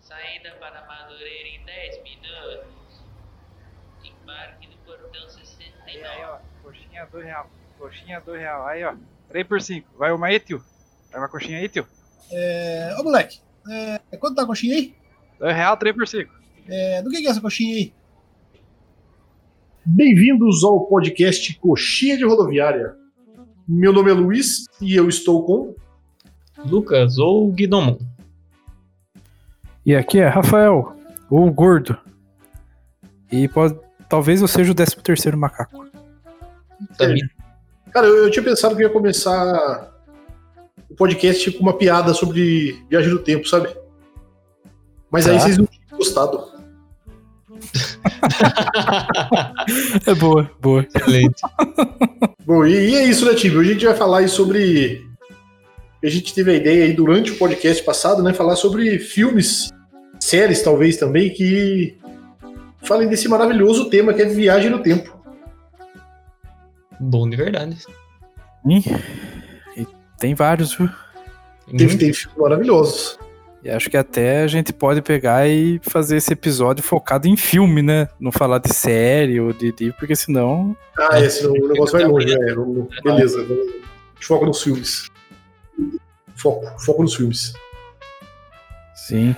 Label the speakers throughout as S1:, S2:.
S1: Saída para Madureira em 10 minutos. Embarque no portão
S2: Aí, aí,
S1: 69.
S2: ó. Coxinha do real. Coxinha do real. Aí, ó. 3 por 5. Vai uma aí, tio. Vai uma coxinha aí, tio.
S3: É, ô, moleque, é, quanto tá a coxinha aí?
S2: 2 real, 3 por 5.
S3: É, do que que é essa coxinha aí?
S4: Bem-vindos ao podcast Coxinha de Rodoviária. Meu nome é Luiz e eu estou com.
S5: Lucas ou Guidomon.
S6: E aqui é Rafael, ou Gordo. E pode, talvez eu seja o 13 terceiro macaco.
S5: Também
S4: Cara, eu, eu tinha pensado que eu ia começar o podcast com uma piada sobre viagem no tempo, sabe? Mas aí
S6: Tá.
S4: vocês não tinham gostado.
S6: É boa, boa.
S5: excelente.
S4: Bom, e, e é isso, né, Tibi? Hoje a gente vai falar aí sobre. A gente teve a ideia aí durante o podcast passado, né? Falar sobre filmes, séries talvez também, que falem desse maravilhoso tema que é viagem no tempo.
S5: Bom de verdade.
S6: Ih, E tem vários, viu?
S5: Uhum.
S4: Teve, teve filmes maravilhosos.
S6: E acho que até a gente pode pegar e fazer esse episódio focado em filme, né? Não falar de série ou de livro, porque senão.
S4: Ah, esse o negócio vai longe, né? Vamos- Beleza, vamos- a gente foca nos filmes. Foco, foco nos filmes.
S6: Sim.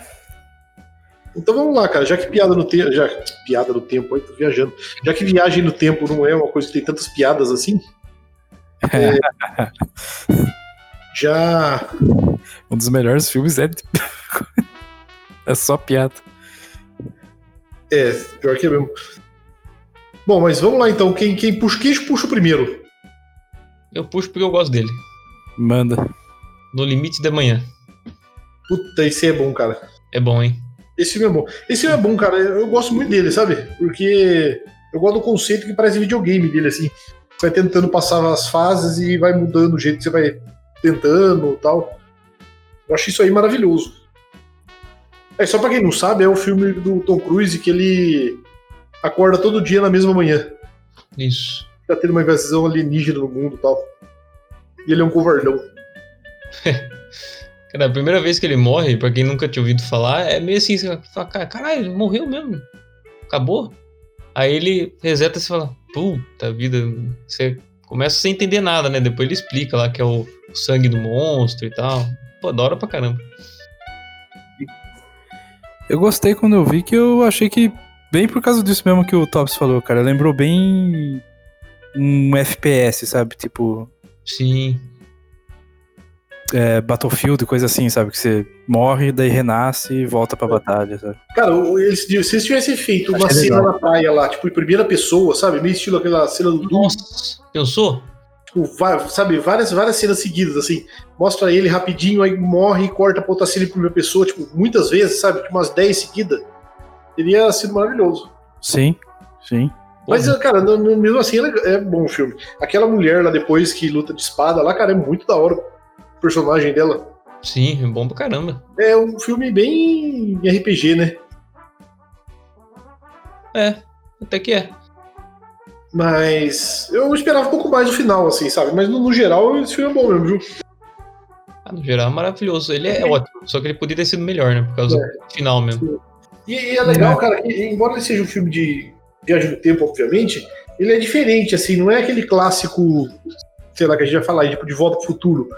S4: Então vamos lá, cara. Já que piada no tempo. Já... Piada no tempo, aí tô viajando. Já que viagem no tempo não é uma coisa que tem tantas piadas assim. é, Já.
S6: Um dos melhores filmes é. de- é só piada.
S4: É, pior que é mesmo. Bom, mas vamos lá então. Quem, quem puxa quem puxa o primeiro?
S5: Eu puxo porque eu gosto dele.
S6: Manda.
S5: No limite da manhã.
S4: Puta, esse é bom, cara.
S5: É bom, hein?
S4: Esse filme é bom. Esse filme é bom, cara. Eu gosto muito dele, sabe? Porque eu gosto do conceito que parece videogame dele, assim. Você vai tentando passar as fases e vai mudando o jeito que você vai tentando e tal. Eu acho isso aí maravilhoso. É, só pra quem não sabe, é o filme do Tom Cruise que ele acorda todo dia na mesma manhã.
S5: Isso.
S4: Tá tendo uma invasão alienígena no mundo e tal. E ele é um covardão.
S5: Cara, a primeira vez que ele morre, pra quem nunca tinha ouvido falar, é meio assim, você fala, "Ca- caralho, morreu mesmo. Acabou. Aí ele reseta e você fala, puta vida, você começa sem entender nada, né? Depois ele explica lá que é o, o sangue do monstro e tal. Pô, da hora pra caramba.
S6: Eu gostei quando eu vi que eu achei que bem por causa disso mesmo que o Tops falou, cara. Lembrou bem um FPS, sabe? Tipo
S5: Sim.
S6: é, Battlefield, coisa assim, sabe? Que você morre, daí renasce e volta pra batalha, sabe?
S4: Cara, o- eles, se eles tivessem feito uma
S6: Achei
S4: cena
S6: legal.
S4: na praia lá, tipo, em primeira pessoa, sabe? Meio estilo aquela cena
S5: Uhum.
S4: do Doom,
S5: Nossa, pensou?
S4: tipo, va- sabe, várias, várias cenas seguidas, assim. Mostra ele rapidinho, aí morre e corta pra outra cena em primeira pessoa, tipo, muitas vezes, sabe? Tipo, umas 10 seguidas. Teria sido maravilhoso.
S6: Sim, sim.
S4: Mas, cara, no- no- mesmo assim, ele- é bom o filme. Aquela mulher lá depois que luta de espada lá, cara, é muito da hora o personagem dela.
S5: Sim, é bom pra caramba.
S4: É um filme bem RPG, né?
S5: É, até que é.
S4: Mas eu esperava um pouco mais o final, assim, sabe? Mas no, no geral, esse filme é bom mesmo, viu?
S5: Ah, no geral é maravilhoso. Ele é ótimo, só que ele podia ter sido melhor, né? Por causa do final mesmo.
S4: E, e é legal, cara, que embora ele seja um filme de viagem no tempo, obviamente, ele é diferente, assim, não é aquele clássico, sei lá, que a gente vai falar, tipo, de volta pro futuro.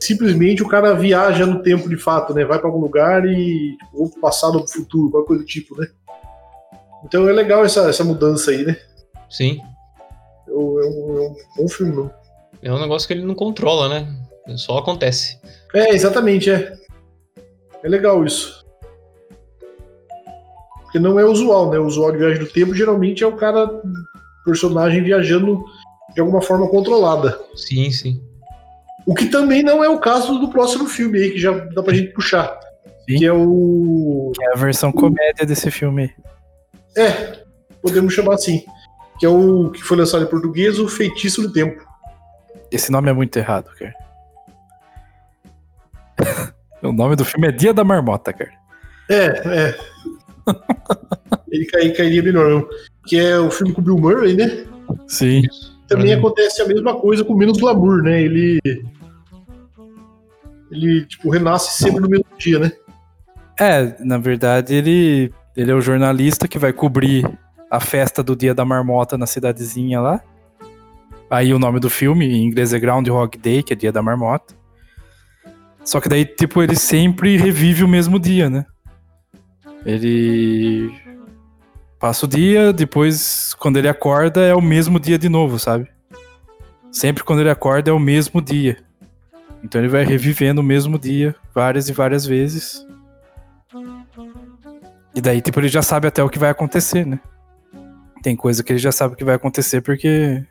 S4: Simplesmente o cara viaja no tempo de fato, né? Vai pra algum lugar e tipo, ou pro passado ou pro futuro, qualquer coisa do tipo, né? Então é legal essa, essa mudança aí, né?
S5: Sim.
S4: É um, é um- é um bom filme, não.
S5: É um negócio que ele não controla, né? Só acontece.
S4: É, exatamente, é. É legal isso. Porque não é usual, né? O usual de viagem do tempo geralmente é o cara, personagem viajando de alguma forma controlada.
S5: Sim, sim.
S4: O que também não é o caso do próximo filme aí, que já dá pra gente puxar.
S6: Sim.
S4: Que é o.
S6: É a versão comédia desse filme. aí.
S4: É, podemos chamar assim. Que é o que foi lançado em português, o Feitiço do Tempo.
S6: Esse nome é muito errado, cara. o nome do filme é Dia da Marmota, cara.
S4: É, é. Ele cai- cairia melhor, não. Que é o filme com o Bill Murray, né?
S6: Sim.
S4: também
S5: Uhum.
S4: acontece a mesma coisa com menos glamour, né? Ele. Ele, tipo, renasce sempre no mesmo dia, né?
S6: É, na verdade, ele, ele é o jornalista que vai cobrir a festa do Dia da Marmota na cidadezinha lá. Aí o nome do filme, em inglês é Groundhog Day, que é Dia da Marmota. Só que daí, tipo, ele sempre revive o mesmo dia, né? Ele passa o dia, depois, quando ele acorda, é o mesmo dia de novo, sabe? Sempre quando ele acorda é o mesmo dia. Então ele vai revivendo o mesmo dia várias e várias vezes. E daí, tipo, ele já sabe até o que vai acontecer, né? Tem coisa que ele já sabe o que vai acontecer porque.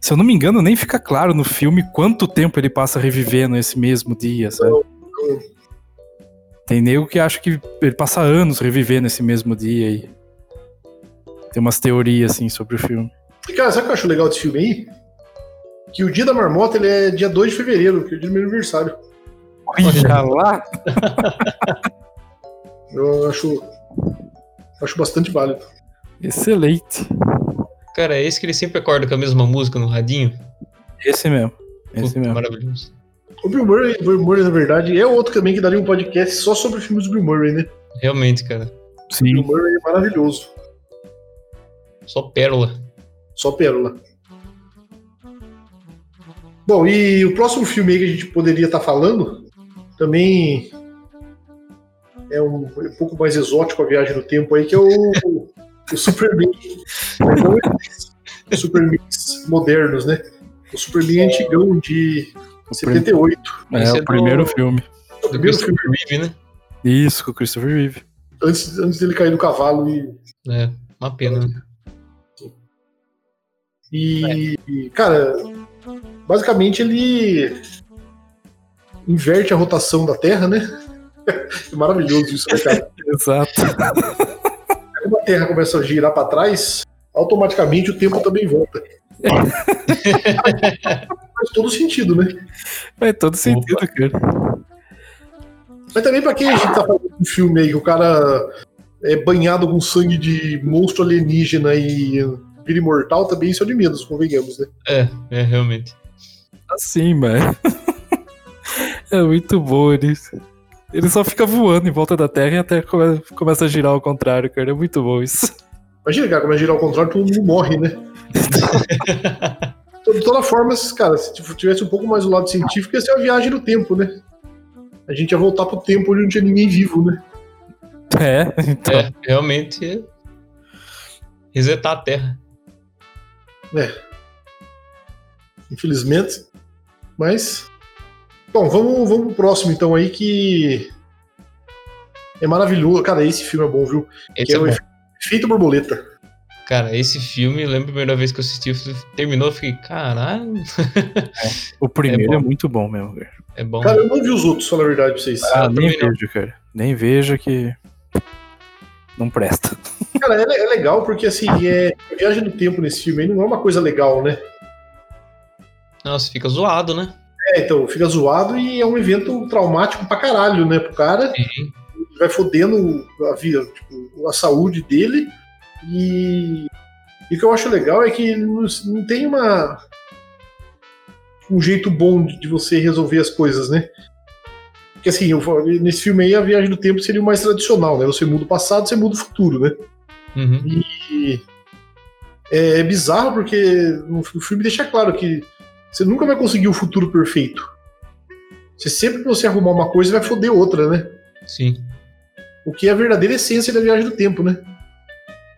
S6: Se eu não me engano, nem fica claro no filme quanto tempo ele passa revivendo esse mesmo dia, sabe? Tem nego que acha que ele passa anos revivendo esse mesmo dia aí. Tem umas teorias, assim, sobre o filme.
S4: E, cara, sabe o que eu acho legal desse filme aí? Que o dia da marmota ele é dia 2 de fevereiro, que é o dia do meu aniversário.
S6: Olha lá!
S4: Eu acho. Acho bastante válido.
S6: Excelente.
S5: Cara, é esse que ele sempre acorda com a mesma música no radinho.
S6: Esse mesmo. Esse
S5: Puta,
S6: mesmo.
S5: maravilhoso.
S4: O Bill Murray, Bill Murray, na verdade, é outro também que daria um podcast só sobre filmes do Bill Murray, né?
S5: Realmente, cara.
S4: O
S6: Sim.
S4: Bill Murray é maravilhoso.
S5: Só pérola.
S4: Só pérola. Bom, e o próximo filme aí que a gente poderia estar falando também é um, um pouco mais exótico a viagem no tempo aí, que é o, o Superman. Mas não é esses Supermans modernos, né? O Superman antigão de
S6: O
S4: 78.
S6: prim-
S5: Esse
S6: É
S5: é
S6: o primeiro
S5: do-
S6: filme.
S4: O primeiro filme
S5: Reeve, né?
S6: Isso, com o Christopher Reeve.
S4: antes, antes dele cair do cavalo e
S5: É, uma pena. né?
S4: E, É. cara, basicamente ele inverte a rotação da Terra, né? É maravilhoso isso, né, cara?
S6: Exato.
S4: Quando a Terra começa a girar para trás, automaticamente o tempo também volta. Faz todo sentido, né?
S6: Faz todo sentido, cara.
S4: Mas também pra quem a gente tá falando um filme aí que o cara é banhado com sangue de monstro alienígena e vira imortal, também isso é de menos, convenhamos, né?
S5: É, é, realmente.
S6: Assim, mano. É muito bom ele. Ele só fica voando em volta da Terra e a Terra come- começa a girar ao contrário, cara. É muito bom isso.
S4: Imagina, cara, como é girar ao contrário, todo mundo morre, né? De toda forma, cara, se tipo, tivesse um pouco mais do lado científico, ia ser uma viagem no tempo, né? A gente ia voltar pro tempo onde não tinha ninguém vivo, né?
S6: É, então.
S5: É, realmente. é Resetar a Terra.
S4: Infelizmente. Mas. Bom, vamos, vamos pro próximo, então, aí, que. É maravilhoso. Cara, esse filme é bom, viu?
S5: Esse
S4: Que
S5: é
S4: é o
S5: bom.
S4: efe- efeito borboleta.
S5: Cara, esse filme, eu lembro a primeira vez que eu assisti, eu fui- terminou, eu fiquei, caralho,
S6: O primeiro
S5: É
S6: é,
S5: bom.
S6: muito bom mesmo, cara.
S5: é bom.
S4: Cara, eu não vi os outros, falar a verdade pra vocês.
S6: Ah,
S5: eu
S6: nem
S5: também não.
S6: vejo, cara. Nem vejo que. Não presta.
S4: Cara, é, le- é legal porque, assim, é... a viagem no tempo nesse filme aí não é uma coisa legal, né?
S5: Nossa, fica zoado, né?
S4: É, então, fica zoado e é um evento traumático pra caralho, né, pro cara.
S5: Sim.
S4: Vai fodendo a vida, tipo, a saúde dele. E, e o que eu acho legal é que ele não, não tem uma um jeito bom de, de você resolver as coisas, né? Porque assim, eu falo- nesse filme aí a viagem do tempo seria o mais tradicional, né? Você muda o passado, você muda o futuro, né?
S5: Uhum.
S4: E é, é bizarro porque no fi- o filme deixa claro que você nunca vai conseguir o futuro perfeito. Você sempre que você arrumar uma coisa vai foder outra, né?
S5: Sim.
S4: O que é a verdadeira essência da viagem do tempo, né?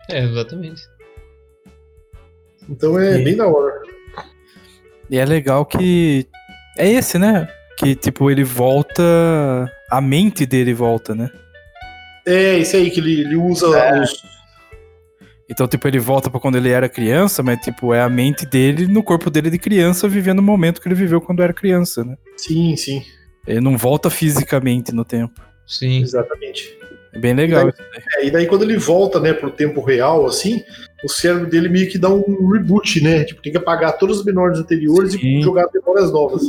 S5: É, exatamente.
S4: Então é
S6: Sim.
S4: bem da hora.
S6: E é legal que. É esse, né? Que, tipo, ele volta. A mente dele volta, né?
S4: É isso aí que ele, ele usa
S6: É.
S4: os.
S6: Então, tipo, ele volta pra quando ele era criança, mas, tipo, é a mente dele no corpo dele de criança vivendo o momento que ele viveu quando era criança, né?
S4: Sim, sim,
S6: Ele não volta fisicamente no tempo.
S5: Sim.
S4: exatamente.
S6: É bem legal. isso.
S4: É, e daí quando ele volta, né, pro tempo real, assim, o cérebro dele meio que dá um reboot, né? Tipo, tem que apagar todas as memórias anteriores
S6: Sim.
S4: e jogar as memórias novas.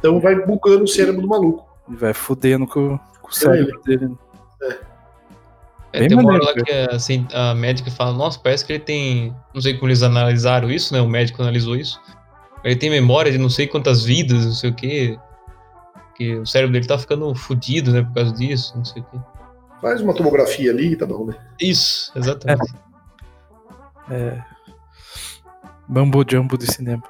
S4: Então vai bucando o cérebro do maluco.
S6: Ele vai fudendo com, com o cérebro dele. né?
S5: É,
S6: Bem
S5: tem uma hora
S6: maneiro,
S5: lá que a, assim, a médica fala, nossa, parece que ele tem. Não sei como eles analisaram isso, né? O médico analisou isso. Ele tem memória de não sei quantas vidas, não sei o quê. Que o cérebro dele tá ficando fudido, né? Por causa disso, não sei o quê.
S4: Faz uma tomografia ali e tá bom, né?
S5: Isso, exatamente.
S6: É. Bambo Jumbo do cinema.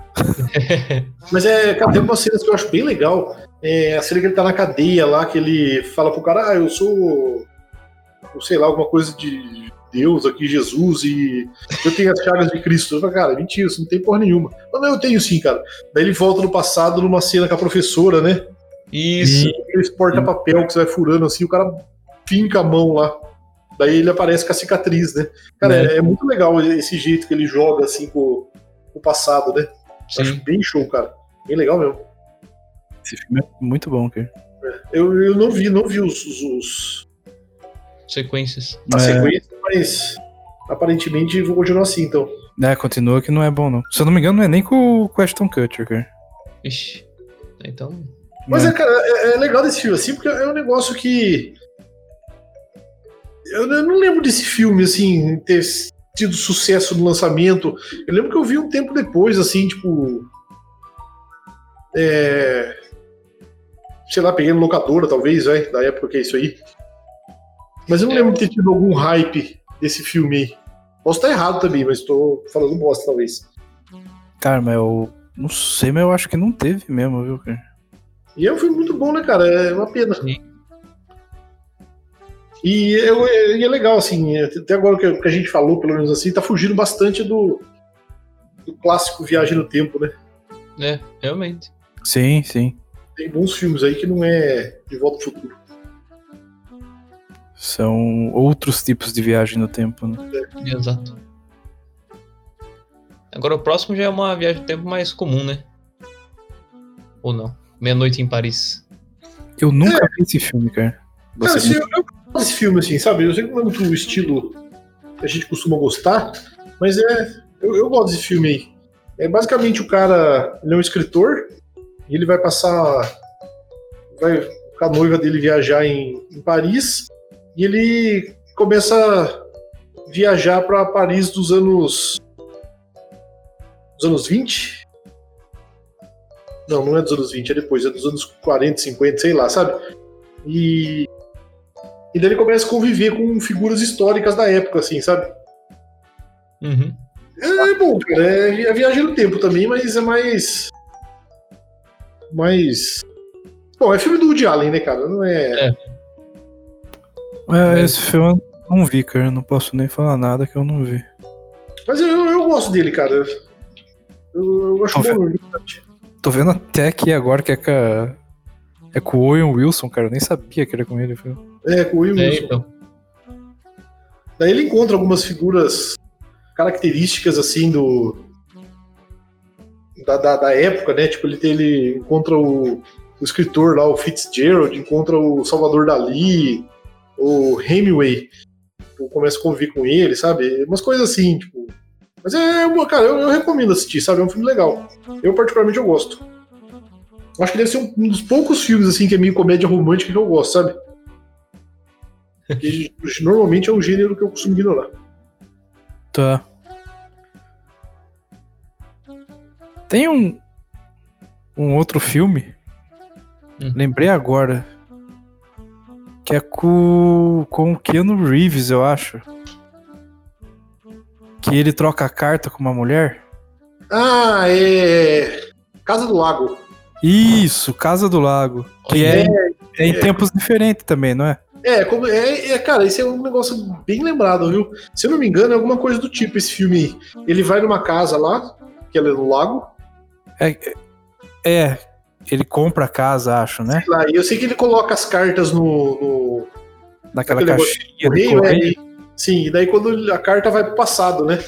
S4: Mas é, cara, tem umas cenas que eu acho bem legal. É a cena que ele tá na cadeia lá, que ele fala pro cara, ah, eu sou. Eu sei lá, alguma coisa de Deus aqui, Jesus, e eu tenho as chagas de Cristo. Eu falo, cara, mentira, isso não tem porra nenhuma. Mas não, eu tenho sim, cara. Daí ele volta no passado numa cena com a professora, né?
S5: Isso.
S4: E aqueles porta-papel que você vai furando assim, o cara finca a mão lá. Daí ele aparece com a cicatriz, né? Cara, é, é muito legal esse jeito que ele joga assim com, o- com o passado, né?
S5: Sim.
S4: Acho bem show, cara. Bem legal mesmo.
S6: Esse filme é muito bom, cara.
S4: Eu, eu não vi, não vi os, os- os-
S5: Sequências.
S4: a
S6: É.
S4: sequência, mas aparentemente vou continuar assim, então.
S6: É, continua que não é bom, não. Se eu não me engano, não é nem com o Question Cutter, cara.
S5: Ixi. Então.
S4: Mas
S6: É.
S4: é, cara, é, é legal desse filme, assim, porque é um negócio que. Eu não lembro desse filme, assim, ter tido sucesso no lançamento. Eu lembro que eu vi um tempo depois, assim, tipo. É. Sei lá, peguei no locadora, talvez, vai, da época que é isso aí. Mas eu não
S5: É.
S4: lembro de ter tido algum hype desse filme aí. Posso estar errado também, mas tô falando bosta, talvez.
S6: Cara, Tá, mas eu. Não sei, mas eu acho que não teve mesmo, viu, cara?
S4: E é um filme muito bom, né, cara? É uma pena.
S5: Sim.
S4: E, eu, é, e é legal, assim, é, até agora que, que a gente falou, pelo menos assim, tá fugindo bastante do, do clássico Viagem no Tempo, né?
S5: É, realmente.
S6: Sim, sim.
S4: Tem bons filmes aí que não é De Volta ao Futuro.
S6: São outros tipos de viagem no tempo, né?
S5: Exato. Agora o próximo já é uma viagem do tempo mais comum, né? Ou não? Meia-noite em Paris.
S6: Eu nunca vi esse filme, cara.
S4: Cara,
S6: Você
S4: assim, eu, eu gosto desse filme, assim, sabe? Eu sei que não é muito o estilo que a gente costuma gostar, mas é. Eu, eu gosto desse filme aí. É basicamente o cara. Ele é um escritor e ele vai passar. Vai com a noiva dele viajar em, em Paris e ele começa a viajar para Paris dos anos. dos anos 20? Não, não é dos anos 20, é depois, é dos anos 40, 50, sei lá, sabe? E, e daí ele começa a conviver com figuras históricas da época, assim, sabe?
S5: Uhum.
S4: É bom, cara. É, vi- é viagem no tempo também, mas é mais. Mais. Bom, é filme do Woody Allen, né, cara? Não é.
S6: É, esse filme eu não vi, cara. Eu não posso nem falar nada que eu não vi.
S4: Mas eu, eu gosto dele, cara. Eu, eu acho
S6: Não,
S4: bom.
S6: Tô vendo até aqui agora que é com a... É com o Owen Wilson, cara. Eu nem sabia que era com ele. Viu?
S4: É, com o Will
S5: É,
S4: Wilson.
S5: então.
S4: Daí ele encontra algumas figuras características assim do da, da, da época, né? Tipo, ele, tem- ele encontra o, o escritor lá, o Fitzgerald, encontra o Salvador Dali, o Hemingway. Tipo, começa a conviver com ele, sabe? Umas coisas assim, tipo. Mas é uma, cara, eu, eu recomendo assistir, sabe? É um filme legal. Eu, particularmente, eu gosto. Acho que deve ser um, um dos poucos filmes, assim, que é meio comédia romântica que eu gosto, sabe? Porque normalmente é um gênero que eu costumo ignorar.
S6: Tá. Tem um... Um outro filme.
S5: Hum.
S6: Lembrei agora. Que é com... Com o Keanu Reeves, eu acho. Que ele troca a carta com uma mulher.
S4: Ah, é. Casa do Lago.
S6: Isso, Casa do Lago. Que é, é em
S4: é.
S6: tempos diferentes também, não é?
S4: É, como, é, é, cara, esse é um negócio bem lembrado, viu? Se eu não me engano, é alguma coisa do tipo esse filme. aí. Ele vai numa casa lá, que ela é no lago,
S6: É, ele compra a casa, acho, né?
S4: lá, e eu sei que ele coloca as cartas no,
S6: Naquela
S4: Aquele
S6: caixinha
S4: no
S6: de
S4: correio, né?
S6: correio.
S4: E- Sim, e daí quando a carta vai pro passado, né?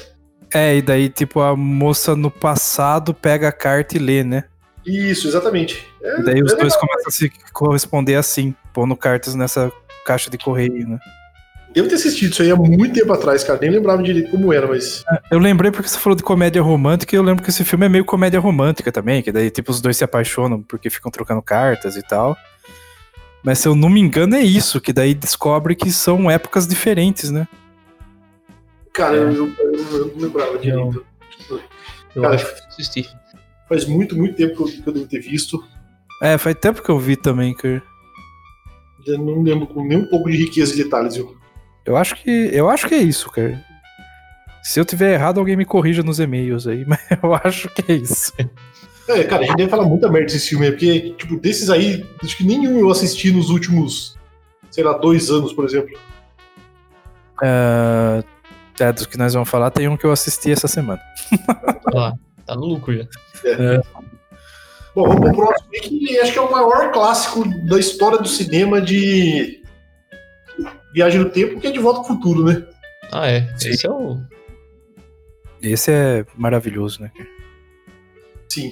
S6: É, e daí, tipo, a moça no passado pega a carta e lê, né?
S4: Isso, exatamente. É,
S6: E daí os
S4: é
S6: dois
S4: legal.
S6: começam a se corresponder assim, pondo cartas nessa caixa de correio, né?
S4: Devo ter assistido isso aí há muito tempo atrás, cara. Nem lembrava direito como era, mas.
S6: Eu lembrei porque você falou de comédia romântica e eu lembro que esse filme é meio comédia romântica também, que daí, tipo, os dois se apaixonam porque ficam trocando cartas e tal. Mas se eu não me engano, é isso, que daí descobre que são épocas diferentes, né?
S4: Cara, eu, eu- eu não lembrava direito.
S5: Eu
S4: Cara,
S5: acho que assisti.
S4: Faz muito, muito tempo que eu, que eu devo ter visto.
S6: É, faz tempo que eu vi também, cara.
S4: Eu não lembro com nem um pouco de riqueza de detalhes, viu?
S6: Eu acho que, eu acho que é isso, cara. Se eu tiver errado, alguém me corrija nos e-mails aí, mas eu acho que é isso.
S4: É, cara, a gente deve falar muita merda desse filme, aí, porque, tipo, desses aí, acho que nenhum eu assisti nos últimos, sei lá, dois anos, por exemplo.
S6: Ah, é, dos que nós vamos falar, tem um que eu assisti essa semana.
S5: Olha lá, tá no lucro já.
S4: Bom, vamos pro próximo aí, que acho que é o maior clássico da história do cinema de Viagem no Tempo, que é De Volta pro Futuro, né?
S5: Ah, é. Esse é o.
S6: Esse é maravilhoso, né? cara?
S4: Sim.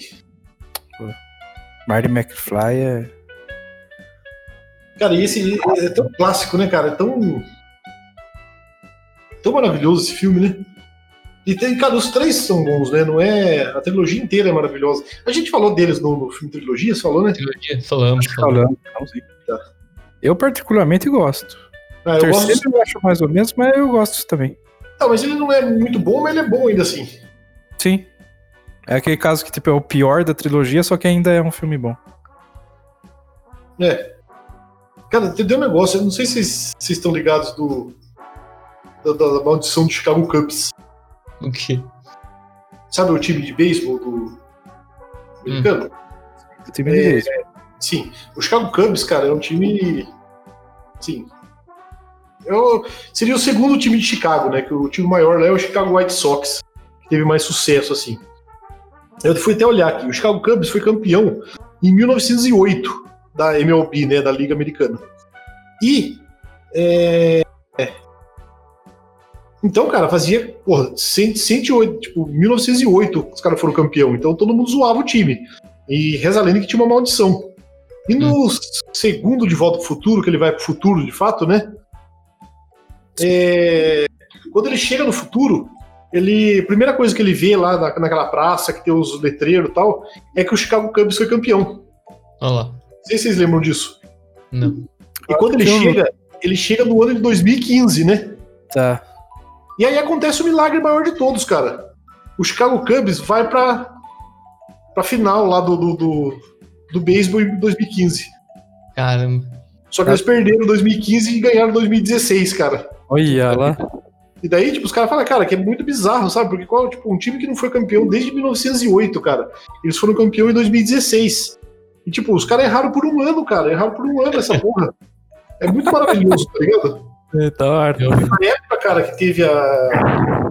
S6: Marty McFly é.
S4: Cara, e esse é tão clássico, né, cara? É tão. Tão maravilhoso esse filme, né? E tem, cara, os três são bons, né? Não é. A trilogia inteira é maravilhosa. A gente falou deles no, no filme Trilogia, você falou, né?
S5: Trilogia. Falamos, falamos.
S6: Falando. Eu particularmente gosto.
S4: Ah,
S6: O
S4: eu gosto
S6: terceiro
S4: dos-
S6: eu acho mais ou menos, mas eu gosto também.
S4: Tá, mas ele não é muito bom, mas ele é bom ainda assim.
S6: Sim. É aquele caso que tipo, é o pior da trilogia, só que ainda é um filme bom.
S4: É. Cara, tem um negócio, eu não sei se vocês vocês estão ligados do. Da, da- da maldição do Chicago Cubs.
S5: O quê?
S4: Sabe o time de beisebol do. americano?
S6: O time
S4: É,
S6: deles.
S4: Sim. O Chicago Cubs, cara, é um time. Sim. Eu, seria o segundo time de Chicago, né? Que o time maior lá é o Chicago White Sox, que teve mais sucesso, assim. Eu fui até olhar aqui. O Chicago Cubs foi campeão em 1908 da MLB, né? Da Liga Americana. E. é, é. Então, cara, fazia, porra, 100, 108, tipo, 1908 os caras foram campeão. Então todo mundo zoava o time. E reza a lenda que tinha uma maldição. E no segundo de Volta pro Futuro, que ele vai pro futuro de fato, né? É, Quando ele chega no futuro, ele. A primeira coisa que ele vê lá na- naquela praça que tem os letreiros e tal, é que o Chicago Cubs foi campeão.
S5: Olha lá.
S4: Não sei se vocês lembram disso.
S5: Não.
S4: E quando ele
S6: que eu não.
S4: chega, ele chega no ano de 2015, né?
S6: Tá.
S4: E aí acontece o milagre maior de todos, cara. O Chicago Cubs vai pra, pra final lá do, do, do, do beisebol em 2015.
S5: Caramba.
S4: Só que eles perderam 2015 e ganharam 2016, cara.
S6: Olha lá.
S4: E daí, tipo, os caras falam, cara, que é muito bizarro, sabe? Porque qual, tipo, um time que não foi campeão desde 1908, cara. Eles foram campeão em 2016. E, tipo, os caras erraram por um ano, cara. Erraram por um ano essa porra. É muito maravilhoso, tá ligado?
S6: É, da
S4: tá.
S6: hora.
S5: Eu-
S4: época, cara, que teve a.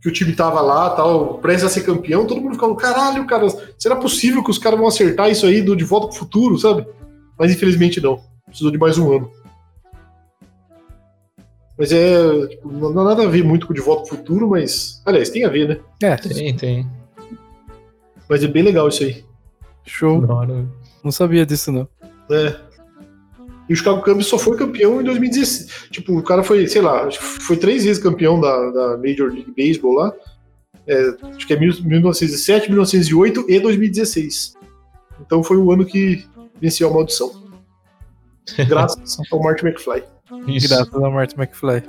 S4: Que o time tava lá, tal, prestes a ser campeão, todo mundo ficava, caralho, cara, será possível que os caras vão acertar isso aí do De Volta pro Futuro, sabe? Mas infelizmente não. Precisou de mais um ano. Mas é. Tipo, não não há nada a ver muito com o De Volta pro Futuro, mas. Aliás, tem a ver, né?
S6: É,
S5: Tem, tem.
S4: Mas é bem legal isso aí.
S6: show.
S5: Da hora.
S6: Não sabia disso, não.
S4: É. E o Chicago Cubs só foi campeão em 2016. Tipo, o cara foi, sei lá, acho que foi três vezes campeão da, da Major League Baseball lá. É, acho que é mil- 1907, 1908 e 2016. Então foi o ano que venceu a maldição. Graças ao Martin McFly.
S5: Isso.
S6: Graças a Martin McFly.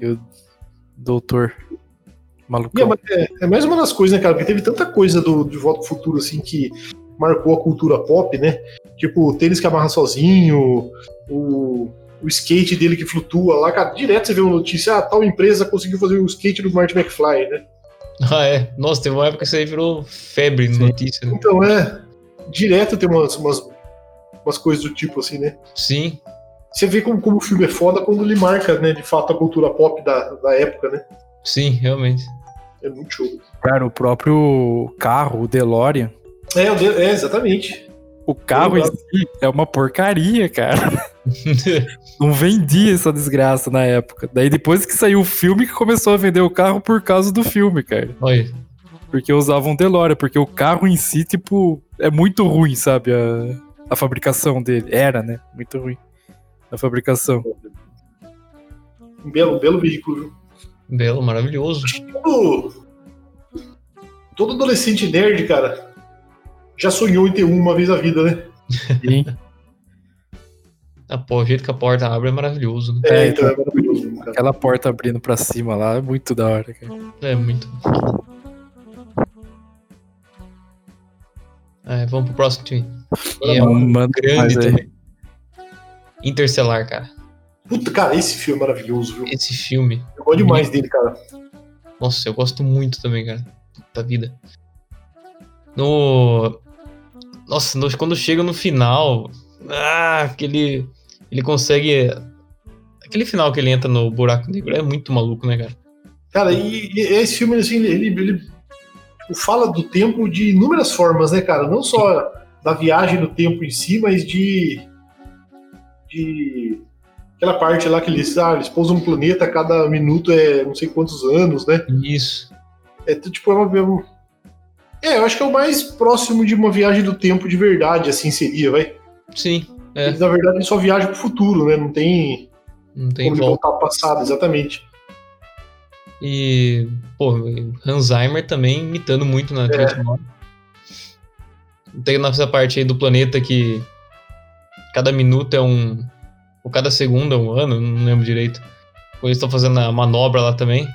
S6: E o doutor
S4: E é,
S6: malucão.
S4: ma- é- é mais uma das coisas, né, cara? Porque teve tanta coisa do, de Volta pro Futuro, assim, que marcou a cultura pop, né? Tipo, o tênis que amarra sozinho, o, o skate dele que flutua lá, cara. Direto você vê uma notícia, ah, tal empresa conseguiu fazer o skate do Martin McFly, né?
S5: Ah, é. Nossa, teve uma época que isso aí virou febre de notícia, né?
S4: Então, é... Direto tem umas, umas, umas coisas do tipo, assim, né?
S5: Sim.
S4: Você vê como, como o filme é foda quando ele marca, né, de fato, a cultura pop da, da época, né?
S5: Sim, realmente.
S4: É muito show.
S6: Cara, o próprio carro, o DeLorean.
S4: É, o de- é exatamente.
S6: O carro em
S4: Exato.
S6: si é uma porcaria, cara. Não vendia essa desgraça na época. Daí depois que saiu o filme que começou a vender o carro por causa do filme, cara.
S5: Olha.
S6: Porque usavam um DeLorean, porque o carro em si, tipo, é muito ruim, sabe? A, a fabricação dele. Era, né? Muito ruim. A fabricação.
S4: Um belo, belo veículo, viu?
S5: Belo, maravilhoso.
S4: todo, todo adolescente nerd, cara, já sonhou em ter um uma vez na vida, né?
S6: Sim.
S5: Ah, pô, o jeito que a porta abre é maravilhoso, né?
S6: É,
S4: é maravilhoso, cara.
S6: Aquela porta abrindo pra cima lá é muito da hora, cara.
S5: É muito. É, vamos pro próximo time. E é
S6: Não
S5: um
S6: manda mais
S5: grande
S6: aí.
S5: também. Interstellar, cara.
S4: Puta, cara, esse filme é maravilhoso, viu?
S5: Esse filme.
S4: Eu gosto demais dele, cara.
S5: Nossa, eu gosto muito também, cara. Puta vida. No. Nossa, nós- quando chega no final. Ah, aquele. Ele consegue. Aquele final que ele entra no buraco negro é muito maluco, né, cara?
S4: Cara, e, e esse filme, assim, ele, ele- ele, tipo, fala do tempo de inúmeras formas, né, cara? Não só da viagem no tempo em si, mas de. de. aquela parte lá que eles, ah, eles pousam um planeta, a cada minuto é não sei quantos anos, né?
S5: Isso.
S4: É t- tipo, é uma. é um- É, eu acho que é o mais próximo de uma viagem do tempo de verdade, assim seria, vai.
S5: Sim, É.
S4: Eles, na verdade, eles só viajam pro futuro, né? Não tem,
S5: não tem
S4: como voltar
S5: volta.
S4: ao passado, exatamente.
S5: E, pô, Hans Zimmer também imitando muito
S4: É.
S5: na trilha sonora. Tem nessa parte aí do planeta que cada minuto é um. ou cada segundo é um ano, não lembro direito. Quando eles estão fazendo a manobra lá também.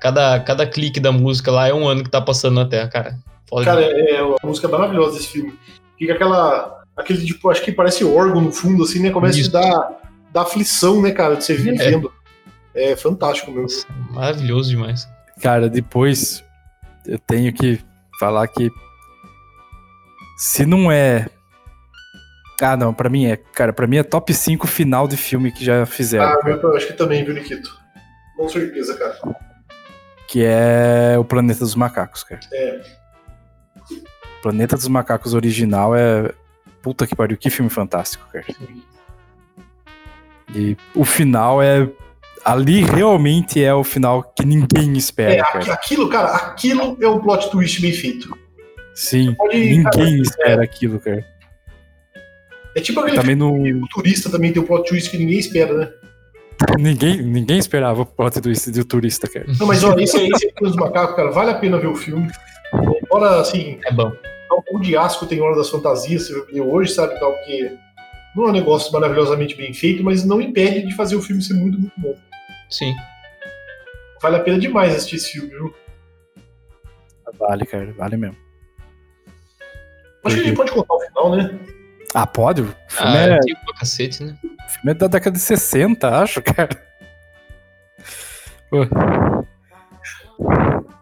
S5: Cada, cada clique da música lá é um ano que tá passando na Terra, cara. Foda
S4: Cara,
S5: demais.
S4: é, é uma música maravilhosa desse filme. Fica aquela. Aquele tipo, acho que parece órgão no fundo, assim, né? Começa
S5: Isso.
S4: a dar, dar aflição, né, cara, de você vir
S5: É.
S4: vendo. É fantástico mesmo.
S5: Nossa, maravilhoso demais.
S6: Cara, depois eu tenho que falar que se não é Ah, não, pra mim é, cara, pra mim é top 5 final de filme que já
S5: É.
S6: fizeram,
S4: Ah, meu, eu acho que também, viu, Nikito? Com certeza, cara.
S6: que é O Planeta dos Macacos, cara.
S4: É.
S6: O Planeta dos Macacos original é puta que pariu, que filme fantástico, cara. E o final é ali realmente é o final que ninguém espera,
S4: É, aqui-
S6: cara.
S4: aquilo, cara, aquilo é um plot twist bem feito.
S6: Sim,
S4: Pode-
S6: ninguém espera aquilo, cara.
S4: É tipo aquele
S6: Também não
S4: filme turista também tem um plot twist que ninguém espera, né?
S6: Ninguém, ninguém esperava o plot twist do turista, cara.
S4: Não, mas olha, esse aí, esse filme dos macacos, cara, vale a pena ver o filme. Embora, assim,
S5: É bom.
S4: dá um pouco de asco tem Hora das Fantasias, se eu ver hoje, sabe, tal, porque não é um negócio maravilhosamente bem feito, mas não impede de fazer o filme ser muito, muito bom.
S5: Sim.
S4: Vale a pena demais assistir esse filme, viu?
S6: Vale, cara, vale mesmo.
S4: Acho que a gente pode contar o final, né?
S6: Ah, pode? O filme,
S5: Ah,
S6: é,
S5: é antigo pra cacete, né?
S6: o filme é da década de 60, acho, cara. Pô.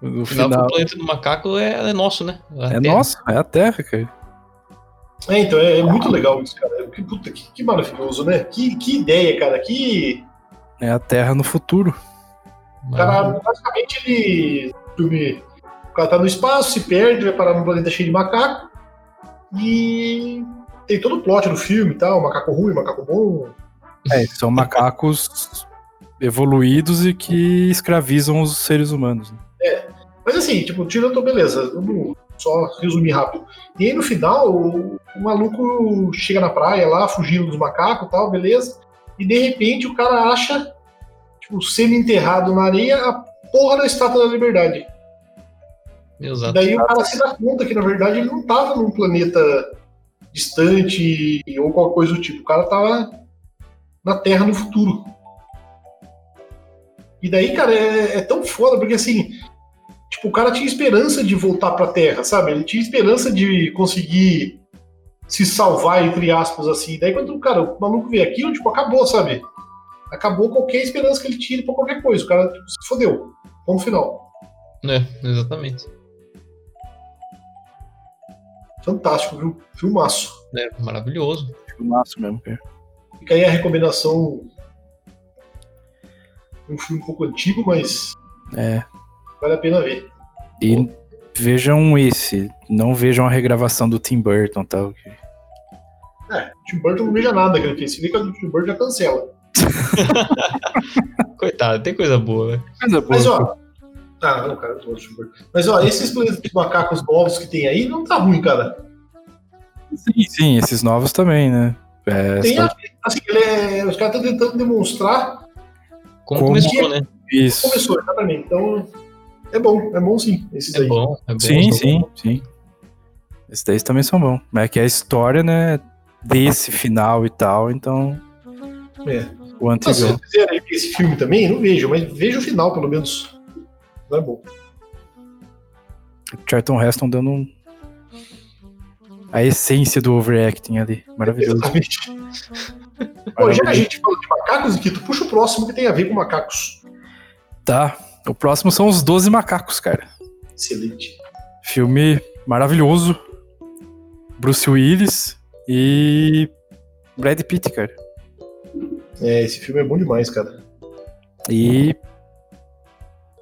S6: O
S5: O final,
S6: final
S5: do planeta do macaco é, é nosso, né? A
S6: é
S5: Terra.
S6: nosso, é a Terra, cara.
S4: É, então, é, é muito legal isso, cara. Que, puta, que, que maravilhoso, né? Que, que ideia, cara. Que.
S6: É a Terra no futuro.
S4: O
S5: Mas-
S4: cara, basicamente, ele. o filme- O cara tá no espaço, se perde, vai parar num planeta cheio de macaco. E. Tem todo o plot do filme e tal: macaco ruim, macaco bom.
S6: É, são macacos evoluídos e que escravizam os seres humanos. né?
S4: Mas assim, tipo, tirando, beleza, vamos só resumir rápido. E aí no final, o, o maluco chega na praia lá, fugindo dos macacos e tal, beleza. E de repente o cara acha, tipo, semi-enterrado na areia, a porra da estátua da liberdade. E
S5: Exato.
S4: daí o cara se dá conta que na verdade ele não tava num planeta distante ou qualquer coisa do tipo. O cara tava na Terra no futuro. E daí, cara, é, é tão foda, porque assim, tipo, o cara tinha esperança de voltar pra Terra, sabe? Ele tinha esperança de conseguir se salvar, entre aspas, assim. Daí quando, cara, o maluco veio aqui, tipo, acabou, sabe? Acabou qualquer esperança que ele tinha pra qualquer coisa. O cara tipo, se fodeu. Ponto final.
S5: É, exatamente.
S4: Fantástico, viu? Filmaço.
S5: É, maravilhoso.
S6: Filmaço Tipo, mesmo, cara.
S4: Fica aí a recomendação. Um filme um pouco antigo, mas
S6: É.
S4: vale a pena ver.
S6: E vejam esse. Não vejam a regravação do Tim Burton, tá? tal. que-
S4: É, o Tim Burton não veja nada que ele fez. Se vê que o Tim Burton já cancela.
S5: Coitado, tem coisa boa, né?
S6: Coisa boa.
S4: Mas ó. Ah, não, cara, eu gosto do Tim Burton. Mas ó, esses planetas de macacos novos que tem aí não tá ruim, cara.
S6: Sim, sim, esses novos também, né? É,
S4: Tem
S6: só-
S4: a- assim, ele é- os caras estão tentando demonstrar
S5: Como,
S6: Como é?
S5: começou, né?
S6: Isso.
S4: começou, exatamente. Então, é bom, é bom sim, esses
S5: É
S4: aí.
S5: bom, é bom.
S6: Sim, sim, sim. Esses daí também são bons. Mas é que a história, né? Desse final e tal, então.
S4: É.
S6: O
S4: Então, se
S6: anterior.
S4: vocês quiserem ver esse filme também, não vejo, mas veja o final, pelo menos. Não é bom.
S6: Charlton Heston dando um. a essência do overacting ali. Maravilhoso.
S4: Exatamente. Bom, já que a gente falou de macacos, Kito, puxa o próximo que tem a ver com macacos.
S6: Tá. O próximo são os 12 macacos, cara.
S4: Excelente.
S6: Filme maravilhoso. Bruce Willis e Brad Pitt, cara.
S4: É, esse filme é bom demais, cara.
S6: E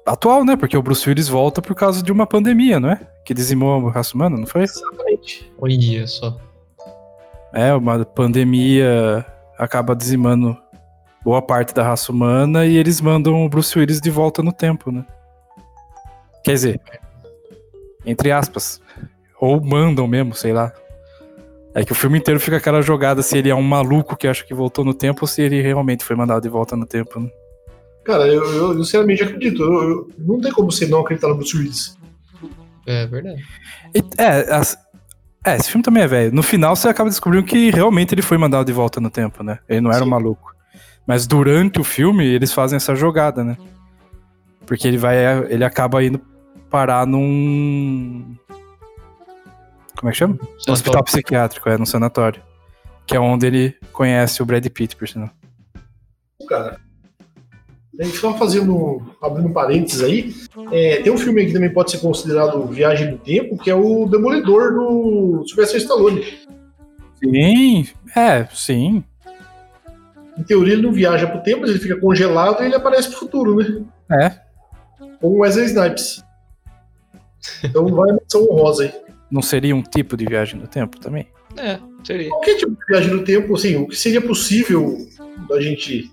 S6: atual, né? Porque o Bruce Willis volta por causa de uma pandemia, não é? Que dizimou a raça humana, não foi?
S4: Exatamente.
S5: Olha só.
S6: É, uma pandemia acaba dizimando boa parte da raça humana e eles mandam o Bruce Willis de volta no tempo, né? Quer dizer, entre aspas. Ou mandam mesmo, sei lá. É que o filme inteiro fica aquela jogada se ele é um maluco que acha que voltou no tempo ou se ele realmente foi mandado de volta no tempo, né?
S4: Cara, eu, eu, eu sinceramente acredito. Eu- eu- não tem como você não acreditar no Bruce Willis.
S5: É verdade.
S6: E- É, as- é, esse filme também é velho. No final você acaba descobrindo que realmente ele foi mandado de volta no tempo, né? Ele não era um
S4: Sim.
S6: maluco. Mas durante o filme eles fazem essa jogada, né? Porque ele vai, ele acaba indo parar num como é que chama?
S5: Só
S6: No hospital psiquiátrico, é, num sanatório, que é onde ele conhece o Brad Pitt, por sinal.
S4: Cara. É, Só fazendo, abrindo um parênteses aí, é, tem um filme aí que também pode ser considerado Viagem no Tempo, que é o Demolidor do Sylvester Stallone.
S6: Sim, é, sim.
S4: Em teoria ele não viaja pro tempo, mas ele fica congelado e ele aparece pro futuro, né?
S6: É.
S4: Como Wesley Snipes. Então vai a menção honrosa aí.
S6: Não seria um tipo de viagem no tempo também?
S5: É, seria.
S4: qualquer tipo de viagem no tempo, assim, o que seria possível da gente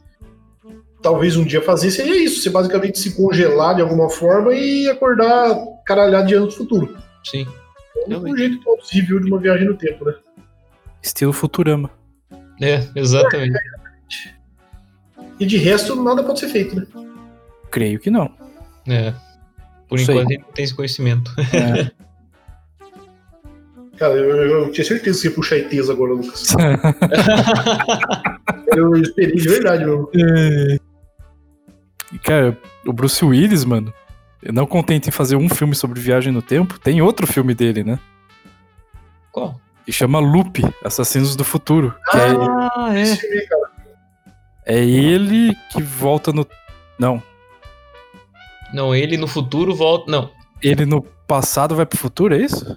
S4: talvez um dia fazer seria isso, você basicamente se congelar de alguma forma e acordar caralhado de ano do futuro.
S5: Sim.
S4: É um
S5: Realmente.
S4: jeito possível de uma viagem no tempo, né?
S6: Estilo Futurama.
S5: É, exatamente.
S4: E de resto, nada pode ser feito, né?
S6: Creio que não.
S5: É. Por
S6: Isso aí.
S5: enquanto a gente não tem esse conhecimento.
S6: É.
S4: Cara, eu, eu- eu tinha certeza que ia puxar ETs agora, Lucas. Eu esperei de verdade, meu.
S6: E, cara, o Bruce Willis, mano, não contente em fazer um filme sobre viagem no tempo, tem outro filme dele, né?
S5: Qual?
S6: Que chama Loop, Assassinos do Futuro. Que
S5: Ah,
S4: Esse filme aí, né, cara.
S6: é, é ele que volta no. Não.
S5: Não, ele no futuro volta. Não.
S6: Ele no passado vai pro futuro, é isso?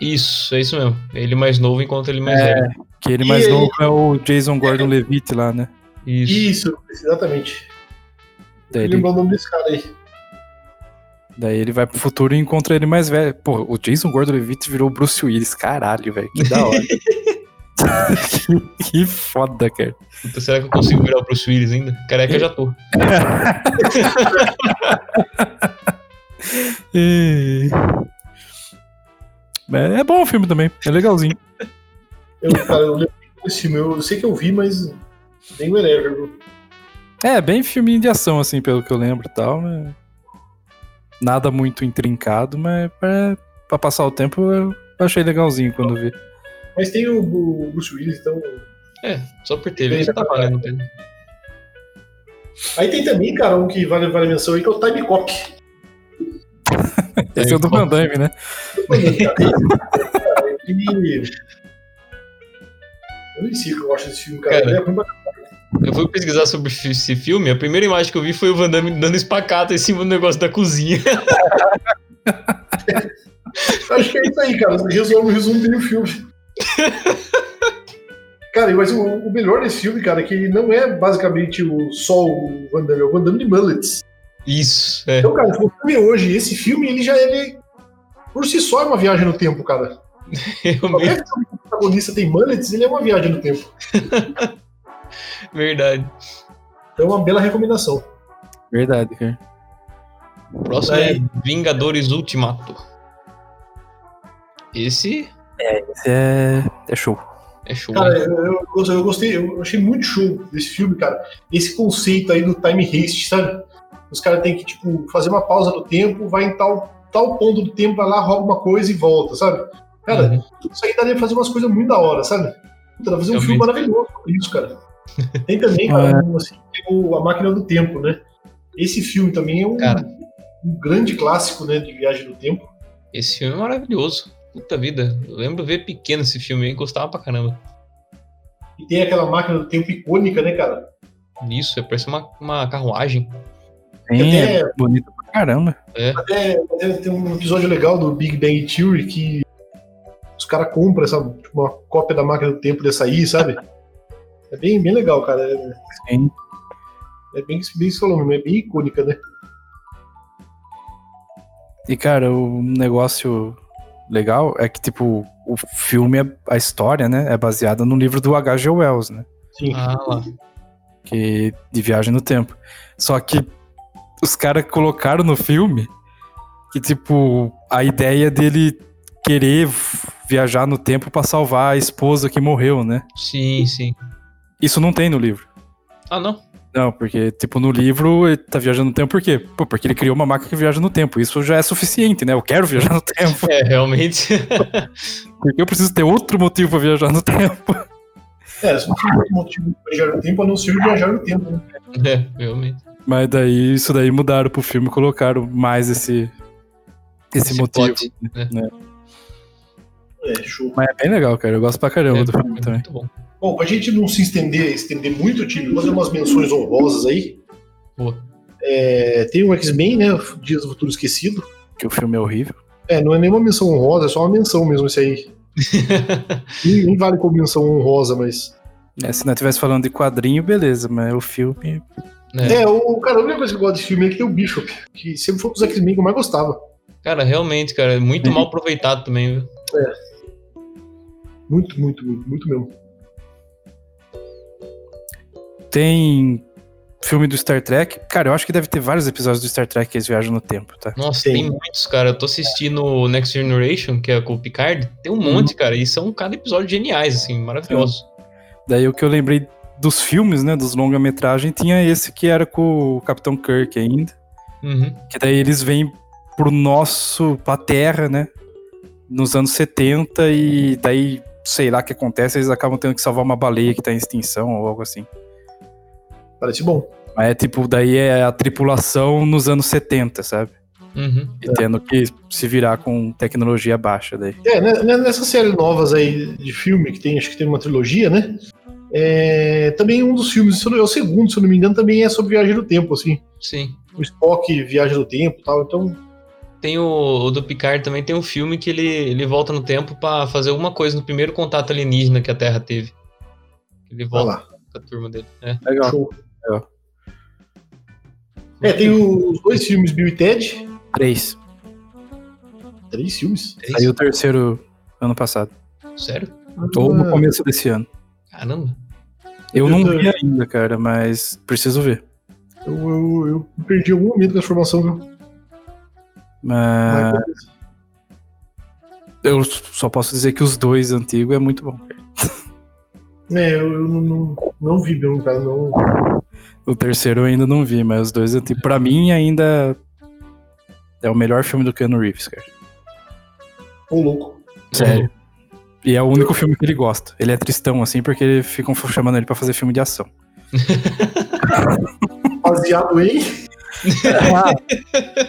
S5: Isso, é isso mesmo. Ele mais novo encontra ele mais
S6: É.
S5: velho.
S6: Que ele
S4: E
S6: mais
S4: ele-
S6: novo é o Jason Gordon Levitt lá, né?
S5: Isso.
S4: Isso, exatamente.
S6: Daí ele,
S4: Lembrar o nome desse cara aí.
S6: daí ele vai pro futuro e encontra ele mais velho. Pô, o Jason Gordon Levitt virou o Bruce Willis. Caralho, velho. Que da hora. que, que foda, cara.
S5: Puta, será que eu consigo virar o Bruce Willis ainda? Careca eu já tô.
S6: E- É, é bom o filme também, é legalzinho.
S4: Eu, cara, eu lembro desse filme, eu sei que eu vi, mas nem wherever, viu?
S6: É, bem filminho de ação, assim, pelo que eu lembro e tal. né? Nada muito intrincado, mas pra, pra passar o tempo eu achei legalzinho quando vi.
S4: Mas tem o, o Bruce Willis, então
S5: É, só por ter. Ele já tá valendo a pena.
S4: Aí tem também, cara, um que vale, vale a menção aí, que é o Time Cop.
S6: Esse é o do Van Damme, né?
S4: E... Eu nem sei o que eu acho desse filme, cara.
S5: Cara.
S4: Ele é ruim pra caralho.
S5: Eu fui pesquisar sobre fi- esse filme, a primeira imagem que eu vi foi o Van Damme dando espacata em cima do negócio da cozinha.
S4: Acho que é isso aí, cara. Resumo, resumo bem o filme. cara, mas o, o melhor desse filme, cara, é que ele não é basicamente o, só o Van Damme, é o Van Damme de Mullets.
S5: Isso, é.
S4: Então, cara, o filme hoje, esse filme, ele já ele, por si só é uma viagem no tempo, cara.
S5: Realmente,
S4: Qualquer filme que o protagonista tem Mullets, ele é uma viagem no tempo.
S5: verdade.
S4: Então é uma bela recomendação.
S6: Verdade, cara.
S5: O próximo é Vingadores Ultimato. Esse
S6: Esse é, é show.
S5: é show.
S4: Cara,
S5: né?
S4: eu, eu gostei- eu gostei, eu achei muito show desse filme, cara. Esse conceito aí do time haste, sabe? Os caras têm que, tipo, fazer uma pausa no tempo, vai em tal, tal ponto do tempo, vai lá, rouba uma coisa e volta, sabe? Cara,
S5: Uhum.
S4: tudo isso aí daria pra fazer umas coisas muito da hora, sabe? Puta, dá pra fazer um
S5: Realmente.
S4: filme maravilhoso com isso, cara. Tem também, cara, um, assim, tem o A Máquina do Tempo, né? Esse filme também é um,
S5: Cara.
S4: um grande clássico, né, de viagem no tempo.
S5: Esse filme é maravilhoso. Puta vida, eu lembro ver pequeno esse filme aí, gostava pra caramba.
S4: E tem aquela máquina do tempo icônica, né, cara?
S5: Isso, é, parece uma, uma carruagem.
S6: Sim,
S4: Até-
S6: é bonito pra caramba.
S4: Até, até tem um episódio legal do Big Bang Theory que os caras compram essa, tipo, uma cópia da máquina do tempo dessa aí, sabe? É bem, bem legal, cara. É,
S6: Sim.
S4: é bem, bem solano, é bem icônica, né?
S6: E, cara, um negócio legal é que, tipo, o filme, é- a história, né, é baseada no livro do H.G. Wells, né?
S4: Sim.
S5: Ah lá.
S6: que de viagem no tempo. Só que os caras colocaram no filme que tipo a ideia dele querer viajar no tempo pra salvar a esposa que morreu, né?
S5: Sim, sim.
S6: Isso não tem no livro.
S5: Ah, não.
S6: Não, porque tipo no livro ele tá viajando no tempo por quê? Pô, porque ele criou uma máquina que viaja no tempo. Isso já é suficiente, né? Eu quero viajar no tempo.
S5: É, realmente.
S6: Porque eu preciso ter outro motivo pra viajar no tempo.
S4: É, se não tem outro motivo pra viajar no tempo, a não ser viajar no tempo, né?
S5: é, realmente.
S6: Mas daí isso daí mudaram pro filme, colocaram mais esse esse,
S5: Esse
S6: motivo.
S5: plot,
S4: É, show.
S6: Mas é bem legal, cara. Eu gosto pra caramba
S5: É,
S6: do filme também.
S5: muito bom.
S4: Bom, pra gente não se estender, estender muito, time, vou fazer umas menções honrosas aí.
S5: Boa.
S4: É, tem o X-Men, né? Dias do Futuro Esquecido.
S6: que o filme é horrível.
S4: É, não é nenhuma menção honrosa, é só uma menção mesmo isso aí. nem, nem vale como menção honrosa, mas.
S6: É, se não estivesse falando de quadrinho, beleza, mas o filme.
S5: É,
S4: É, o cara, a única coisa que eu gosto desse filme é que tem o Bishop, que sempre foi um dos X-Men que eu mais gostava.
S5: Cara, realmente, cara, é muito mal aproveitado também, viu?
S4: Muito, muito, muito, muito mesmo.
S6: Tem filme do Star Trek. Cara, eu acho que deve ter vários episódios do Star Trek que eles viajam no tempo, tá?
S5: Nossa,
S4: Sim.
S5: tem muitos, cara. Eu tô assistindo o Next Generation, que é com o Picard. Tem um
S4: Uhum.
S5: monte, cara. E são cada episódio geniais, assim, maravilhosos.
S6: Daí o que eu lembrei dos filmes, né? Dos longa-metragem, tinha esse que era com o Capitão Kirk ainda.
S5: Uhum.
S6: Que daí eles vêm pro nosso. pra Terra, né? Nos anos 70, e daí, sei lá o que acontece, eles acabam tendo que salvar uma baleia que tá em extinção ou algo assim.
S4: Parece bom.
S6: Mas é tipo, daí é a tripulação nos anos 70, sabe?
S5: Uhum.
S6: E tendo que se virar com tecnologia baixa daí.
S4: É, né, né, nessa série novas aí de filme, que tem, acho que tem uma trilogia, né? É, também um dos filmes, se eu não- é o segundo, se eu não me engano, também é sobre viagem do tempo, assim.
S5: Sim.
S4: O Spock viaja do tempo e tal, então.
S5: Tem o, o do Picard também, tem um filme que ele, ele volta no tempo pra fazer alguma coisa no primeiro contato alienígena que a Terra teve. Ele
S4: Vai
S5: volta
S4: lá.
S5: com a turma dele. É.
S6: Legal.
S4: Show. É, tem o- os dois filmes, Bill e Ted.
S6: Três.
S4: Três filmes?
S5: É isso?
S6: Saiu o terceiro ano passado.
S5: Sério?
S6: Ou no
S4: Ah,
S6: começo desse ano.
S5: Caramba.
S6: Eu
S4: Meu
S6: não
S4: Deus.
S6: vi ainda, cara, mas preciso ver.
S4: eu, eu, eu perdi algum momento da formação, viu?
S6: Mas eu só posso dizer que os dois antigos é muito bom.
S4: É, eu, eu não, não, não vi mesmo, cara. Não,
S6: O terceiro eu ainda não vi, mas os dois antigos. Pra mim, ainda é o melhor filme do Keanu Reeves, cara.
S4: Ô, louco.
S6: Sério. E é o único filme que ele gosta. Ele é tristão, assim, porque ficam chamando ele pra fazer filme de ação.
S4: Baseado em.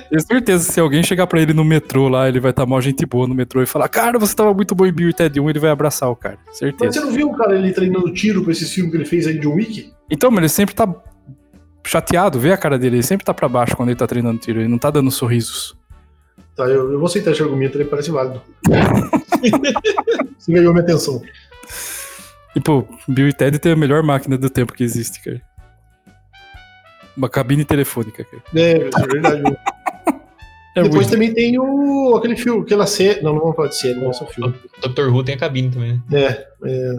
S6: Tenho certeza, se alguém chegar pra ele no metrô lá, ele vai estar tá mó gente boa no metrô e falar, cara, você tava muito bom em Bill e Ted 1, ele vai abraçar o cara.
S4: Mas
S6: Certeza.
S4: você não viu o cara ele treinando tiro pra esse filme que ele fez aí de John Wick?
S6: Então, mas ele sempre tá chateado, vê a cara dele, ele sempre tá pra baixo quando ele tá treinando tiro, ele não tá dando sorrisos.
S4: Tá, eu, eu vou aceitar esse argumento, ele parece válido. Você ganhou minha atenção.
S6: E, pô, Bill e Ted tem a melhor máquina do tempo que existe, cara. Uma cabine telefônica, cara.
S4: É, isso é verdade. viu?
S6: É
S4: Depois
S6: muito...
S4: também tem o, aquele filme, aquela série. Não, não vamos falar de série, não é só filme.
S5: Dr. Who tem a cabine também, né?
S4: É, é,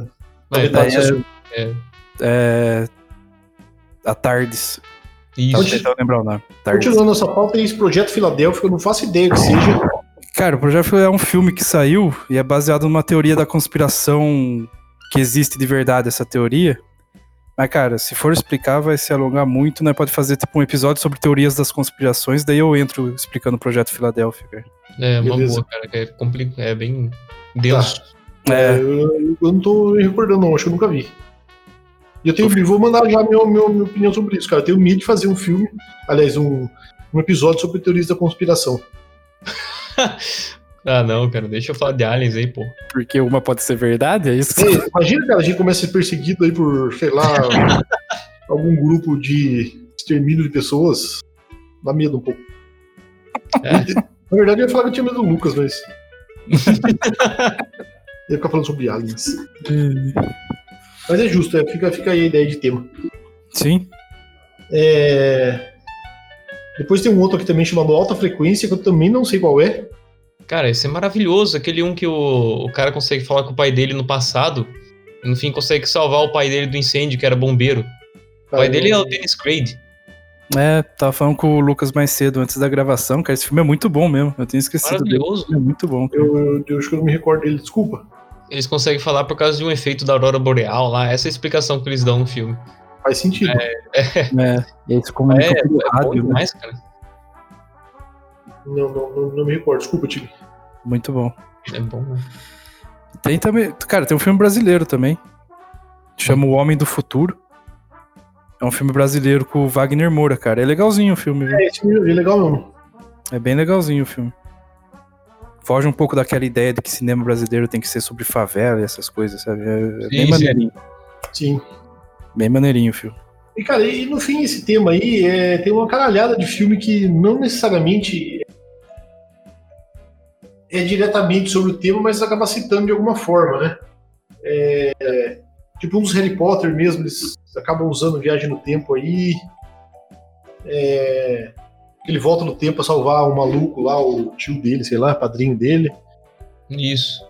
S5: Vai,
S4: Tá,
S6: Daí
S5: tá,
S4: isso
S6: é... é... A Tardes.
S4: é
S6: Tava
S5: isso.
S6: tentando lembrar o nome. Tardes.
S4: continuando nossa pauta, tem esse projeto Filadélfia, eu não faço ideia que seja. tá?
S6: Cara, o Projeto é um filme que saiu e é baseado numa teoria da conspiração que existe de verdade essa teoria. Mas, cara, se for explicar, vai se alongar muito, né? Pode fazer tipo um episódio sobre teorias das conspirações, daí eu entro explicando o Projeto Filadélfia, cara.
S5: É, uma
S4: Beleza.
S5: boa, cara. que É, compli... é bem denso.
S4: É, eu, eu não tô me recordando, não, acho que eu nunca vi. E eu tenho, vou mandar já meu, meu, minha opinião sobre isso, cara. Eu tenho medo de fazer um filme, aliás, um, um episódio sobre teorias da conspiração.
S5: Ah, não, cara, deixa eu falar de aliens aí, pô.
S6: Porque uma pode ser verdade, é isso?
S4: Ei, imagina, cara, a gente começa a ser perseguido aí por, sei lá, algum grupo de extermínio de pessoas. Dá medo um pouco.
S5: É.
S4: Na verdade, eu ia falar que eu tinha medo do Lucas, mas. ia ficar falando sobre aliens. Mas é justo, é, fica, fica aí a ideia de tema.
S6: Sim.
S4: É, Depois tem um outro aqui também chamado Alta Frequência, que eu também não sei qual é.
S5: Cara, esse é maravilhoso. Aquele um que o, o cara consegue falar com o pai dele no passado. E no fim consegue salvar o pai dele do incêndio, que era bombeiro. O pai dele é o Dennis Quaid.
S6: É, tava falando com o Lucas mais cedo, antes da gravação, cara. Esse filme é muito bom mesmo. Eu tinha esquecido dele.
S5: Maravilhoso.
S6: É muito bom. cara.
S4: Eu, eu- eu acho que eu não me recordo dele, desculpa.
S5: Eles conseguem falar por causa de um efeito da aurora boreal lá. Essa é a explicação que eles dão no filme.
S4: Faz sentido.
S6: É, eles
S5: É,
S6: comunicam pelo
S5: é bom
S6: rádio, né?
S5: demais, cara.
S4: Não, não, não, não me recordo, desculpa, Tigre.
S6: Muito bom.
S5: É bom, né?
S6: Tem também. Cara, tem um filme brasileiro também. Chama O Homem do Futuro. É um filme brasileiro com o Wagner Moura, cara. É legalzinho o filme, viu?
S4: É, esse filme é legal mesmo.
S6: É bem legalzinho o filme. Foge um pouco daquela ideia de que cinema brasileiro tem que ser sobre favela e essas coisas, sabe? É, é bem
S5: Sim,
S6: maneirinho.
S4: Sim.
S6: Bem maneirinho o filme.
S4: E, cara, e no fim, esse tema aí é, tem uma caralhada de filme que não necessariamente é diretamente sobre o tema, mas acaba citando de alguma forma, né? É, tipo uns Harry Potter mesmo, eles acabam usando Viagem no Tempo aí. É, ele volta no tempo a salvar um maluco lá, o tio dele, sei lá, padrinho dele.
S5: Isso.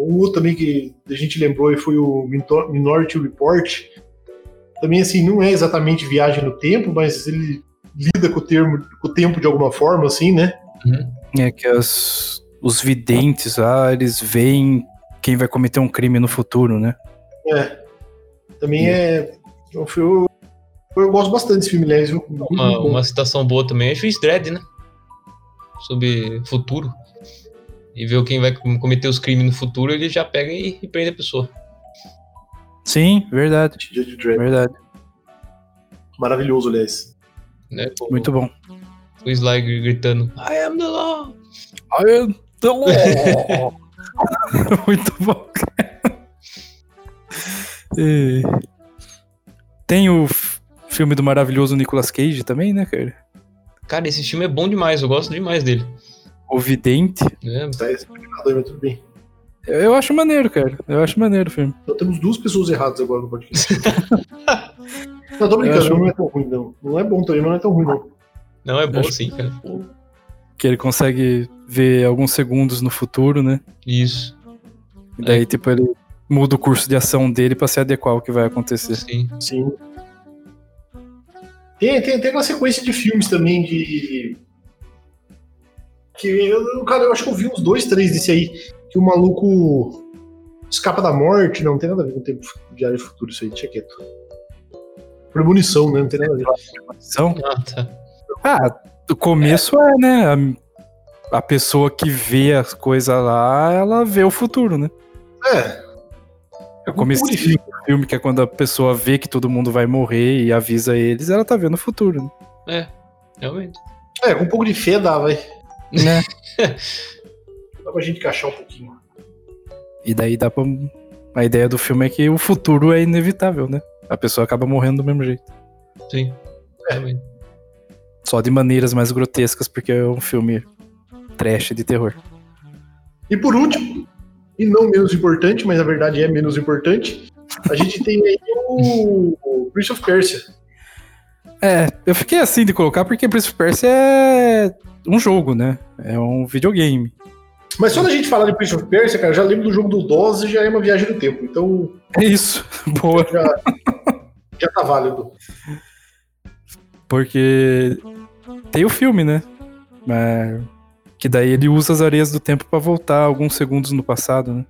S4: Um outro também que a gente lembrou e foi o Minto- Minority Report. Também, assim, não é exatamente viagem no tempo, mas ele lida com o, termo, com o tempo de alguma forma, assim, né?
S5: Uhum.
S6: É que as- os videntes lá, eles veem quem vai cometer um crime no futuro, né?
S4: Também é. Eu, eu, eu gosto bastante desse filme, aliás, viu?
S6: Ah.
S4: Muito
S5: Uma,
S4: bom.
S5: uma citação boa também é Juiz Dredd, né? Sobre futuro. E ver quem vai com- cometer os crimes no futuro, ele já pega e, e prende a pessoa.
S6: Sim, verdade.
S4: Judge Dredd.
S6: Verdade.
S4: Maravilhoso, aliás.
S5: Né? O-
S6: Muito bom.
S5: O Sly gr- gritando, I am the law.
S6: Muito bom. cara. É. Tem o f- filme do maravilhoso Nicolas Cage também, né, cara?
S5: Cara, esse filme é bom demais, eu gosto demais dele.
S6: O Vidente.
S5: né?
S4: Tá explicado aí, mas tudo bem.
S6: Eu- Eu acho maneiro, cara. Eu acho maneiro o filme.
S4: Então temos duas pessoas erradas agora no podcast. não, tô
S6: Eu
S4: brincando,
S6: acho-
S4: não é tão ruim, não. Não é bom também, mas não é tão ruim, não.
S5: Não, é bom
S6: Acho-
S5: sim, cara. Pô,
S6: Que ele consegue ver alguns segundos no futuro, né?
S5: Isso,
S6: E daí, tipo, ele muda o curso de ação dele pra se adequar ao que vai acontecer.
S5: sim.
S4: Sim. Tem, tem, tem uma sequência de filmes também de. Que eu, cara, eu acho que eu vi uns dois, três desse aí. Que o maluco escapa da morte. Não, não tem nada a ver com o tempo diário futuro, isso aí, deixa quieto. Premonição, né? Não tem nada a ver.
S6: Então,
S5: Ah, tá.
S6: ah, do começo é, né? A, a pessoa que vê as coisas lá, ela vê o futuro, né?
S4: É, Um
S6: Eu comecei
S4: Purifica.
S6: o filme que é quando a pessoa vê que todo mundo vai morrer e avisa eles, ela tá vendo o futuro, né?
S5: Realmente.
S4: é, com um pouco de fé dá, vai.
S6: Né?
S4: Dá pra gente encaixar um pouquinho.
S6: E daí dá pra. A ideia do filme é que o futuro é inevitável, né? A pessoa acaba morrendo do mesmo jeito.
S5: Sim. Realmente.
S6: Só de maneiras mais grotescas, porque é um filme trash de terror.
S4: E por último, e não menos importante, mas na verdade é menos importante, a gente tem aí o o Prince of Persia.
S6: É, eu fiquei assim de colocar porque Prince of Persia é um jogo, né? É um videogame.
S4: Mas só da gente falar de Prince of Persia, cara, eu já lembro do jogo do DOS e já é uma viagem no tempo. Então
S6: É isso. Boa.
S4: já tá válido.
S6: Porque tem o filme, né? Mas que daí ele usa as areias do tempo pra voltar alguns segundos no passado, né?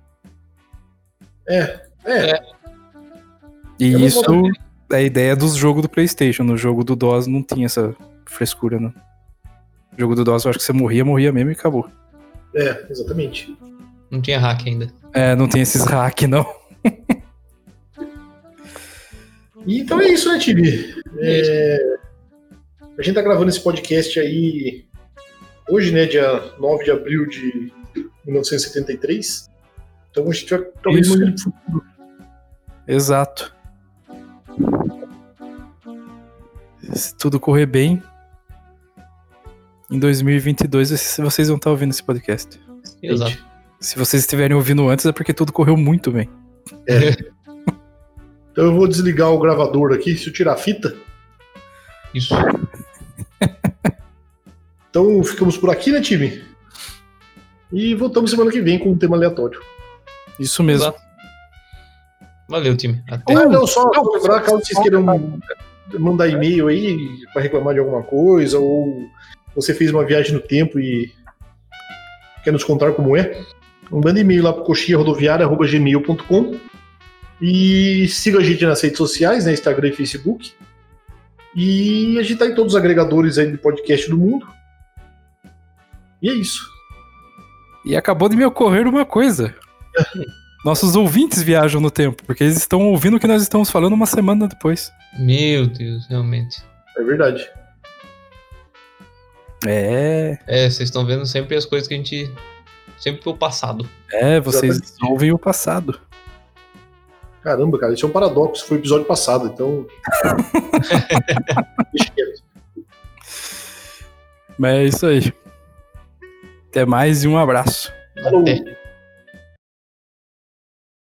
S4: É,
S6: E
S4: Eu não
S6: isso é a ideia dos jogos do PlayStation. No jogo do DOS não tinha essa frescura, não. No jogo do DOS eu acho que você morria, morria mesmo e acabou.
S4: é, exatamente.
S5: Não tinha hack ainda.
S6: É, não tem esses hack, não.
S4: E então é isso, né, Tibi? É, a gente tá gravando esse podcast aí hoje, né, dia 9 de abril de 1973. Então a gente vai talvez
S6: Isso.
S4: mudar pro futuro.
S6: Exato. Se tudo correr bem, em 2022 vocês- vocês vão estar ouvindo esse podcast.
S5: Exato.
S6: Se vocês estiverem ouvindo antes, é porque tudo correu muito bem.
S4: Então eu vou desligar o gravador aqui, se eu tirar a fita.
S5: Isso.
S4: Então ficamos por aqui, né, time? E voltamos semana que vem com um tema aleatório.
S6: Isso mesmo.
S5: Exato. Valeu, time. Até.
S4: Ah, não, só
S6: não,
S4: vou lembrar, caso vocês queiram mandar e-mail aí para reclamar de alguma coisa, ou você fez uma viagem no tempo e quer nos contar como é, manda e-mail lá para coxinharodoviária.gmail.com e siga a gente nas redes sociais, né, Instagram e Facebook. E a gente tá em todos os agregadores aí de podcast do mundo. E é isso.
S6: E acabou de me ocorrer uma coisa. Nossos ouvintes viajam no tempo, porque eles estão ouvindo o que nós estamos falando uma semana depois.
S5: Meu Deus, realmente.
S4: É verdade.
S6: É,
S5: É, vocês estão vendo sempre as coisas que a gente. Sempre pelo passado.
S6: é, vocês
S4: Exatamente.
S6: ouvem o passado.
S4: Caramba, cara, isso é um paradoxo. Foi o episódio passado, então. Deixa quieto.
S6: Mas é isso aí. Até mais e um abraço.
S4: Falou.
S5: Até.